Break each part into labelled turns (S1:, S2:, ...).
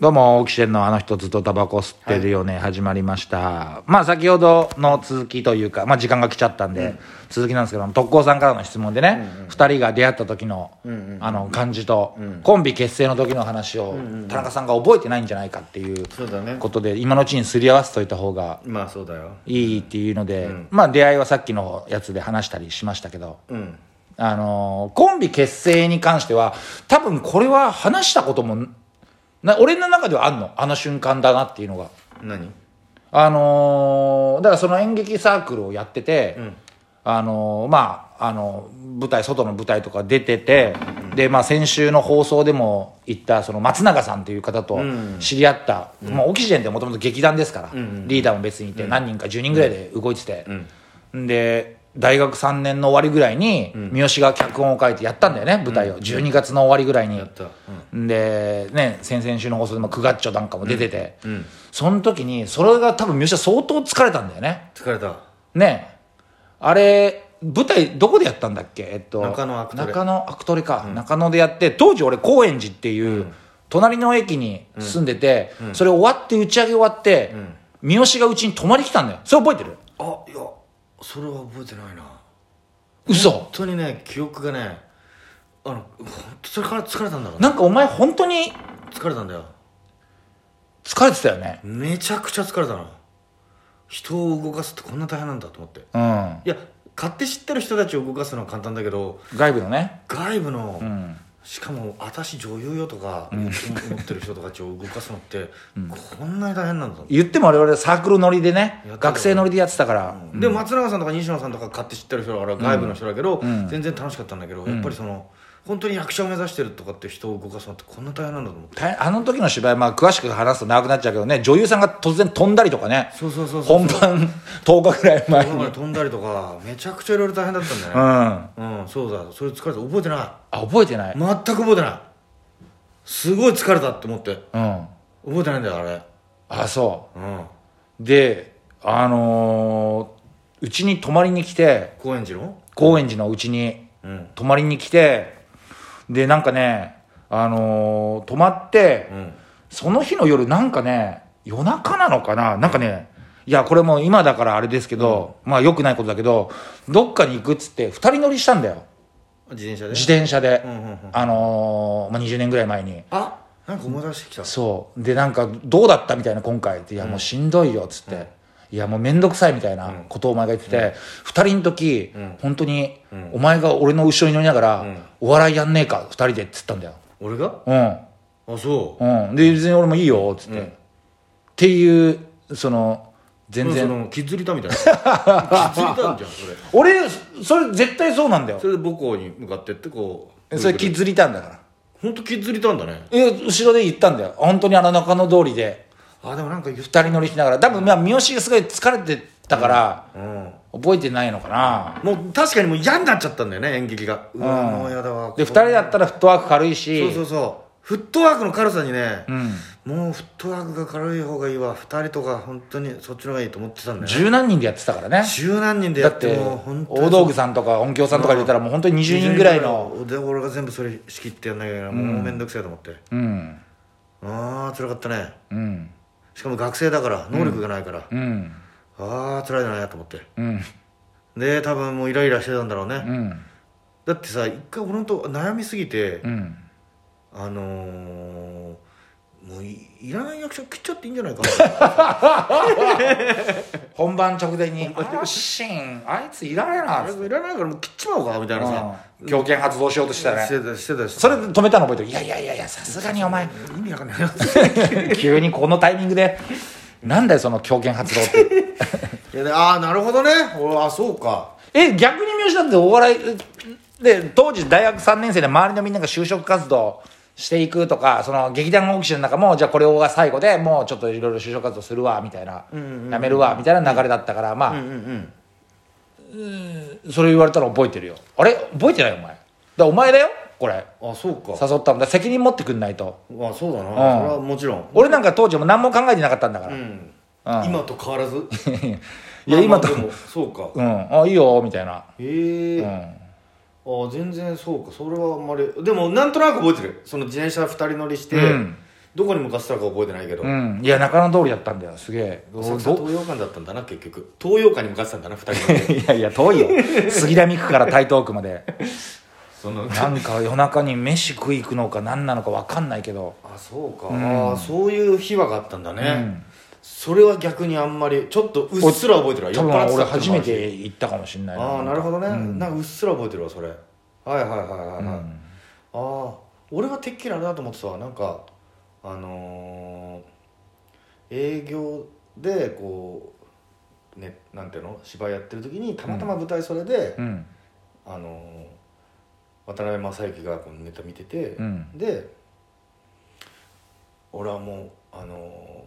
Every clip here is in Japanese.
S1: どうも、オキシエンのあの人ずっとタバコ吸ってるよね、始まりました。まあ、先ほどの続きというか、まあ、時間が来ちゃったんで、続きなんですけども、特攻さんからの質問でね、二、人が出会った時の、あの、感じと、コンビ結成の時の話を、田中さんが覚えてないんじゃないかっていう
S2: そうだね
S1: ことで、今のうちにすり合わせといた方が
S2: まあそうだよ
S1: いいっていうので、まあ、出会いはさっきのやつで話したりしましたけど、
S2: うん
S1: あのーコンビ結成に関しては多分これは話したこともな俺の中ではあんのあの瞬間だなっていうのが
S2: 何
S1: あのーだからその演劇サークルをやってて、あのーまああの舞台外の舞台とか出てて、でまあ先週の放送でも言ったその松永さんという方と知り合った、まあ、オキシデンってもともと劇団ですから、リーダーも別にいて、何人か10人ぐらいで動いてて、で大学3年の終わりぐらいに三好が脚本を書いてやったんだよね舞台を、12月の終わりぐらいに
S2: やった
S1: で、ね、先々週の放送でも「クガッチョ」なんかも出てて、その時にそれが多分三好は相当疲れたんだよね
S2: 疲れた
S1: ねあれ舞台どこでやったんだっけ、えっと、
S2: 中野アクトレ
S1: 中野アクトレか、中野でやって当時俺高円寺っていう、隣の駅に住んでて、それ終わって打ち上げ終わって、三好がうちに泊まり来たんだよそれ覚えてる
S2: あいやそれは覚えてないな本
S1: 嘘
S2: 当にね記憶がねあの本当それから疲れたんだろうね
S1: なんかお前本当に
S2: 疲れたんだよ
S1: 疲れてたよね
S2: めちゃくちゃ疲れたな人を動かすってこんな大変なんだと思って
S1: うん
S2: いや勝手知ってる人たちを動かすのは簡単だけど
S1: 外部のね
S2: 外部の、しかも私女優よとか思ってる人たちを動かすの って、こんなに大変なんだと思って
S1: 言っても我々サークル乗りでね
S2: やってた
S1: 学生乗りでやってたから、
S2: で松永さんとか西野さんとか勝手知ってる人だから外部の人だけど、全然楽しかったんだけど、やっぱりその本当に役者を目指してるとかって人を動かすのってこんな大変なんだと思って
S1: 大あの時の芝居、まあ、詳しく話すと長くなっちゃうけどね女優さんが突然飛んだりとかね
S2: そうそうそうそう
S1: 本番10日ぐらい前
S2: だ
S1: に
S2: から飛んだりとかめちゃくちゃいろいろ大変だったんだ
S1: うん
S2: よね
S1: あ
S2: うん、そうだそれ疲れた覚えてな
S1: 覚えてない
S2: い全く覚えてないすごい疲れたって思って
S1: うん
S2: 覚えてないんだよあれ
S1: あそ
S2: うん
S1: うであのーうちに泊まりに来て
S2: 高円寺の
S1: 高円寺のうちに
S2: うん
S1: 泊まりに来てでなんかねあのー泊まって、
S2: うん
S1: その日の夜なんかね夜中なのかななんかねいやこれもう今だからあれですけど、まあよくないことだけどどっかに行くっつって2人乗りしたんだよ
S2: 自転車で
S1: 自転車で、
S2: うんうんうん
S1: あのーまあ、20年ぐらい前に
S2: あなんか思い出してきた
S1: そうでなんかどうだったみたいな今回っていやもうしんどいよっつって、いやもう面倒くさいみたいなことをお前が言ってて、二2人の時、本当に、お前が俺の後ろに乗りながら、お笑いやんねえか2人でっつったんだよ
S2: 俺が
S1: うん
S2: あそう
S1: うん、で別に俺もいいよっつって、っていうその全
S2: そ
S1: 然、
S2: のキッズリタみたいなキッズリタじゃんそれ
S1: 俺それ絶対そうなんだよ
S2: それで母校に向かってってこう
S1: それキッズリターンだから
S2: 本当キッズリターンだね
S1: え後ろで言ったんだよ本当にあの中野通りで
S2: あでもなんか言っ
S1: 二人乗りしながら多分まあ三好がすごい疲れてたから、
S2: うん
S1: 覚えてないのかな、
S2: もう確かにもう嫌になっちゃったんだよね演劇がうわもう嫌だわ
S1: で二人だったらフットワーク軽いし
S2: そうそうそうフットワークの軽さにね、もうフットワークが軽い方がいいわ二人とか本当にそっちの方がいいと思ってたんだよね
S1: 十何人でやってたからね
S2: 十何人で
S1: だ
S2: や
S1: っ
S2: って
S1: て
S2: もう本当に
S1: 大道具さんとか音響さんとか入れたらもう本当に20人ぐらいの
S2: で俺が全部それ仕切ってやんなきゃいけないもう面倒くさいと思って
S1: うん
S2: ああ辛かったね
S1: うん
S2: しかも学生だから能力がないから、
S1: うん
S2: ああ辛いだなと思って
S1: うん
S2: で多分もうイライラしてたんだろうね、
S1: うん
S2: だってさ一回俺のと悩みすぎて、
S1: うん
S2: あのーもういいらない役者切っちゃっていいんじゃないか な
S1: 本番直前に「あのシーンあいついられな
S2: あれいらないからもう切っちまおうかみたいなさ、
S1: うん」狂犬発動しようとしたら
S2: し
S1: ね
S2: てたしてたし
S1: それで止めたの覚えてる「いやいやいやいやさすがにお前
S2: 意味わかんない な
S1: 急にこのタイミングでなんだよその狂犬発動」 って
S2: いやでああなるほどねおあそうか
S1: え逆に三好だってお笑いで当時大学3年生で周りのみんなが就職活動していくとかその劇団オークションの中もじゃあこれが最後でもうちょっといろいろ就職活動するわみたいな、やめるわみたいな流れだったからまあ、
S2: うんうん
S1: それ言われたら覚えてるよあれ覚えてないお前だからお前だよこれ
S2: あそうか
S1: 誘ったんだ責任持ってくんないと
S2: あそうだな、
S1: ん
S2: それはもちろん、
S1: 俺なんか当時も何も考えてなかったんだから、
S2: う
S1: い
S2: ん、今と変わらず
S1: や今と
S2: まあまあでもそうか
S1: うんあいいよみたいな
S2: へえ、あ全然そうかそれはあんまりでもなんとなく覚えてるその自転車2人乗りして、
S1: うん
S2: どこに向かってたのか覚えてないけど、
S1: うん、いや中野通りだったんだよすげえ
S2: 浅
S1: ど
S2: 草東洋館だったんだな結局東洋館に向かってたんだな2人 で
S1: いやいや遠いよ杉並区から台東区まで
S2: その
S1: なんか夜中に飯食い行くのか何なのか分かんないけど
S2: あそうか、
S1: ん
S2: あーそういう秘話があったんだね、
S1: うん
S2: それは逆にあんまりちょっとうっすら覚えてるわ
S1: 多分
S2: 酔っ払って
S1: 俺
S2: たって
S1: 初
S2: いう
S1: め
S2: のもあるして
S1: 行ったかもしんない
S2: ああなるほどね、
S1: うん
S2: なんかうっすら覚えてるわそれはいはいはいはいはい、ああ俺はてっきりあれだと思ってたわなんかあのー営業でこうねなんていうの芝居やってる時にたまたま舞台それで、
S1: うん
S2: あのー渡辺正行がこのネタ見てて、
S1: うん
S2: で俺はもうあのー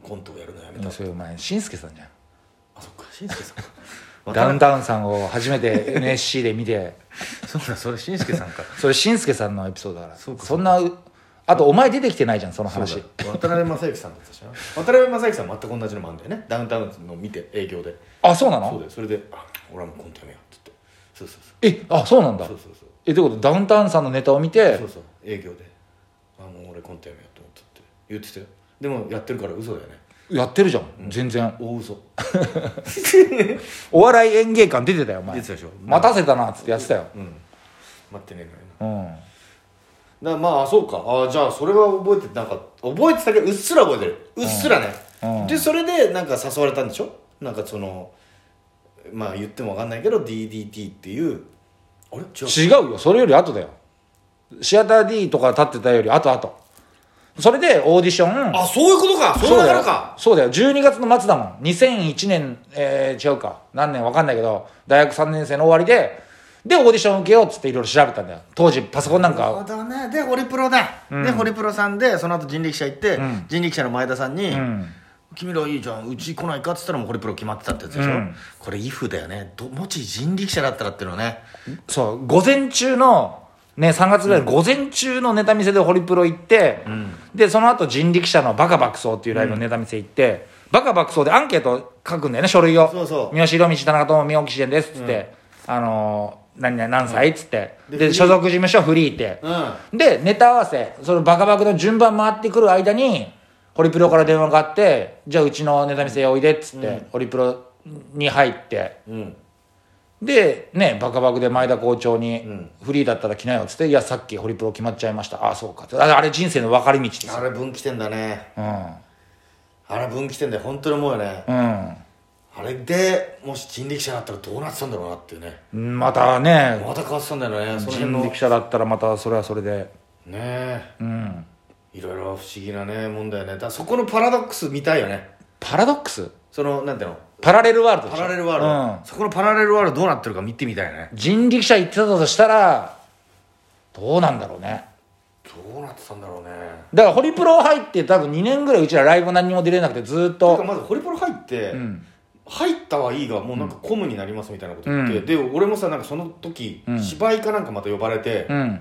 S2: コントをやるのやめた、
S1: そういうお前紳助さんじゃん
S2: あそっかしんすけさん か渡
S1: ダウ
S2: 辺
S1: ンタウンさんを初めて NSC で見て
S2: そうだそれしんすけさんか
S1: それ紳助さんのエピソードだから
S2: そうか
S1: んなうあとお前出てきてないじゃんその話
S2: そうだ渡辺正行さんだったしな渡辺正行さん全く同じのもあんだよねダウンタウンの見て営業で
S1: あそうな
S2: そう
S1: の
S2: だよそれで「あ俺はもうコントやめよう」っつってそうそうそ
S1: えあそうなんだ
S2: うそうそうそう
S1: えどういうことダウンタウンさんのネタを見て
S2: そうそう営業で「あもう俺コントやめよう」と思ったって言ってたよでもやってるから嘘だよね
S1: やってるじゃん全然
S2: 大嘘
S1: お笑い演芸館出てたよお前
S2: 出てたでしょ
S1: 待たせたなっつってやってたよ
S2: うん待ってねえのよな
S1: うん
S2: だからまあそうかあじゃあそれは覚えてなかった覚えてたけどうっすら覚えてるうっすらね、
S1: うん
S2: でそれでなんか誘われたんでしょなんかそのまあ言っても分かんないけど DDT っていうあれ違う
S1: 違うよそれより後だよシアター D とか立ってたより後後それでオーディション
S2: あそういうことかそういう
S1: だ
S2: 流
S1: よ
S2: れか
S1: そうだよ12月の末だもん2001年、えー違うか何年わかんないけど大学3年生の終わりででオーディション受けようっつっていろいろ調べたんだよ当時パソコンなん
S2: な
S1: か
S2: るほどねでホリプロだ、でホリプロさんでその後人力車行って、
S1: ん
S2: 人力車の前田さんに「
S1: ん
S2: 君らいいじゃんうち来ないか」っつったらもうホリプロ決まってたってやつでしょ、
S1: うん
S2: これ「イフだよねどもし人力車だったらっていうのはね
S1: そう午前中のね3月ぐらいの午前中のネタ見せでホリプロ行って、でその後人力車の「バカ爆走」っていうライブのネタ見せ行って、バカ爆走でアンケート書くんだよね書類を
S2: そうそう
S1: 三好宏道田中智美オキシジェンです」っつって「あのー何々何歳?」っつって、
S2: でフリ
S1: で
S2: ー
S1: 所属事務所フリーって、
S2: ん
S1: でネタ合わせそのバカバカの順番回ってくる間にホリプロから電話があって「じゃあうちのネタ見せへおいで」っつって、ホリプロに入って
S2: うん
S1: でねバカバカで前田校長に
S2: ん
S1: 「フリーだったら来なよ」っつって「いやさっきホリプロ決まっちゃいましたああそうか」ってああれ人生の分かれ道です
S2: あれ分岐点だね
S1: うん
S2: あれ分岐点で本当に思うよね、あれでもし人力車だったらどうなってたんだろうなっていうね
S1: うんまたね
S2: また変わってたんだよねその辺の
S1: 人力車だったらまたそれはそれで
S2: ねえいろいろ不思議なねもんだよねだからそこのパラドックス見たいよね
S1: パラドックス
S2: そのなんていうの
S1: パラレルワールドで
S2: パ
S1: しょ
S2: ラレルワールド、
S1: うん
S2: そこのパラレルワールドどうなってるか見てみたいね
S1: 人力車行ってたとしたらどうなんだろうね
S2: どうなってたんだろうね
S1: だからホリプロ入って多分2年ぐらいうちらライブ何にも出れなくてずーって
S2: か
S1: と
S2: まずホリプロ入って、
S1: ん
S2: 入ったはいいがもうなんかコムになりますみたいなこと言って、で俺もさなんかその時、芝居かなんかまた呼ばれて、
S1: うん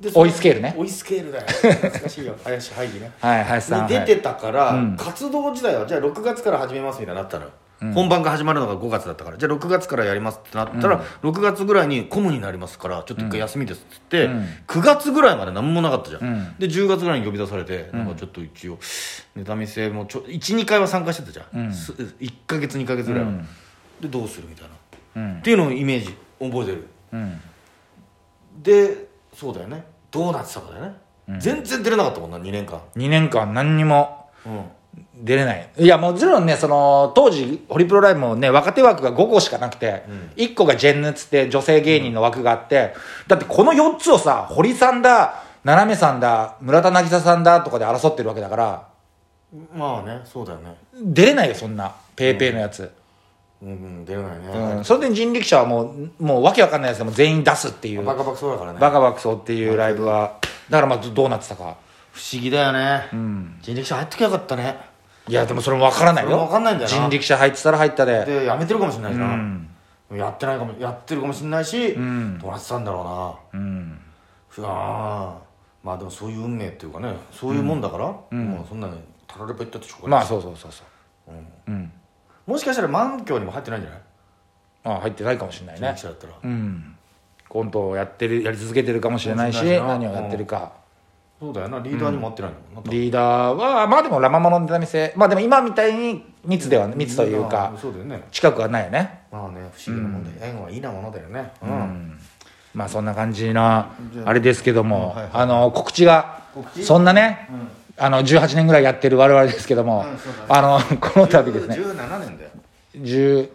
S2: で
S1: 追いスケールね
S2: 追いスケールだよ懐かし いよ林ハイジね
S1: はい林さん
S2: に出
S1: はい
S2: てたから、
S1: うん
S2: 活動時代はじゃあ6月から始めますみたいになったのよ、本番が始まるのが5月だったからじゃあ6月からやりますってなったら、6月ぐらいにコムになりますからちょっと一回休みですって言って、9月ぐらいまで何もなかったじゃん、
S1: ん
S2: で10月ぐらいに呼び出されて、なんかちょっと一応ネタ見せもちょ12回は参加してたじゃん、す1か月2か月ぐらいは、でどうするみたいな、っていうのをイメージ覚えてる
S1: うん
S2: でそうだよねどうなってたかだよね、全然出れなかったもんな2年間
S1: 2年間何にも
S2: うん
S1: 出れないいやもちろんねその当時ホリプロライブもね若手枠が5個しかなくて、1個がジェンヌっつって女性芸人の枠があって、だってこの4つをさ堀さんだ斜めさんだ村田渚さんだとかで争ってるわけだから
S2: まあねそうだよね
S1: 出れないよそんなペーペーのやつ、
S2: うんうん出れないね、
S1: うんそれで人力車はもうもうわけわかんないやつでも全員出すっていう
S2: バカバカそうだからね
S1: バカバクソっていうライブはだからまあどどうなってたか
S2: 不思議だよね、人力車入っときゃよかったね
S1: いやでもそれも分からない
S2: それ
S1: よ
S2: も分かんないんだよな
S1: 人力車入ってたら入ったで
S2: でやめてるかもしれないしな、やってないかもやってるかもしれないし、どうなってたんだろうなうんまあでもそういう運命っていうかねそういうもんだから、もうそんなにたられば言ったってしょうがない、
S1: まあそうそうそうそう
S2: もしかしたら満響にも入ってないんじゃない
S1: あ入ってないかもしれない
S2: 人
S1: ね
S2: 力車だったら、
S1: うんコントをやってるやり続けてるかもしれないし
S2: かもしれないし
S1: 何
S2: な
S1: をやってるか
S2: そうだよなリーダーにも合ってないもんな、
S1: リーダーはまあでもラ・ママの出た店まあでも今みたいに密では密というか
S2: そうだよね
S1: 近くはないよね
S2: まあね不思議なもんで縁はいいなものだよねうん、
S1: まあそんな感じなあれですけども、
S2: はいはい
S1: あの告知が
S2: 告知
S1: そんなね、あの18年ぐらいやってる我々ですけども、
S2: うんそうだね
S1: あのこの度ですね
S2: 17年だよ
S1: 10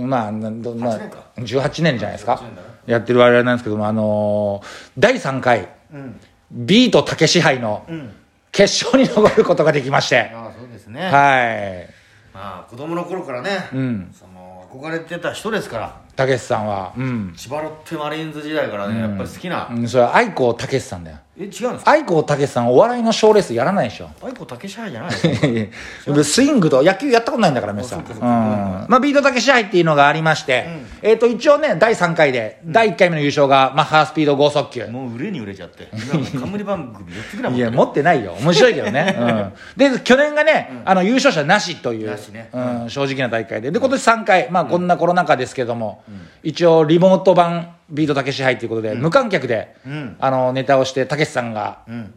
S1: まあなんどまあ
S2: 18年か
S1: 18年じゃないですか
S2: 18年だね
S1: やってる我々なんですけどもあのー第3回
S2: うん
S1: ビートたけし杯の
S2: うん
S1: 決勝に残ることができまして、
S2: ああそうですね、
S1: はい
S2: まあ子供の頃からね、
S1: ん
S2: その憧れてた人ですから
S1: たけしさんはうん、
S2: 千葉ロッテマリーンズ時代からね、やっぱり好きな、
S1: うん、それは愛子たけしさんだよ
S2: え違うんですか
S1: 愛子たけしさんお笑いの賞レースやらないでしょ
S2: 愛子竹支配じゃないですか
S1: いやでスイングと野球やったことないんだから皆さん、
S2: あそうっ
S1: ん
S2: かそっか
S1: まあ、ビートたけし杯っていうのがありまして、えっと一応ね第3回で、第1回目の優勝がマッハスピード剛速 球
S2: もう売れに売れちゃって今もう冠番組4つぐらい
S1: い
S2: 持っ
S1: や
S2: て
S1: 持ってないよ面白いけど ね、うん、で去年がね、あの優勝者なしという
S2: なしね
S1: うん、正直な大会でで今年3回、まあ、こんなコロナ禍ですけども、一応リモート版ビートたけし杯ということで、無観客で、
S2: ん
S1: あのネタをしてたけしさんが
S2: るうん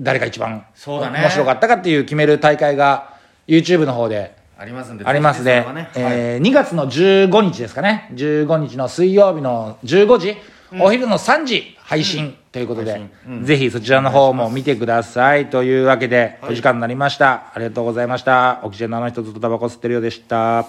S1: 誰が一番
S2: そうだね
S1: 面白かったかっていう決める大会が YouTube の方で
S2: ありますんで
S1: あります
S2: ぜ
S1: ね
S2: ひ皆様
S1: え
S2: はい
S1: ー2月の15日ですかね15日の水曜日の15時、お昼の3時配信ということで、ぜひそちらの方も見てくださいというわけでお時間になりました、ありがとうございましたオキシエンのあの人ずっとタバコ吸ってるようでした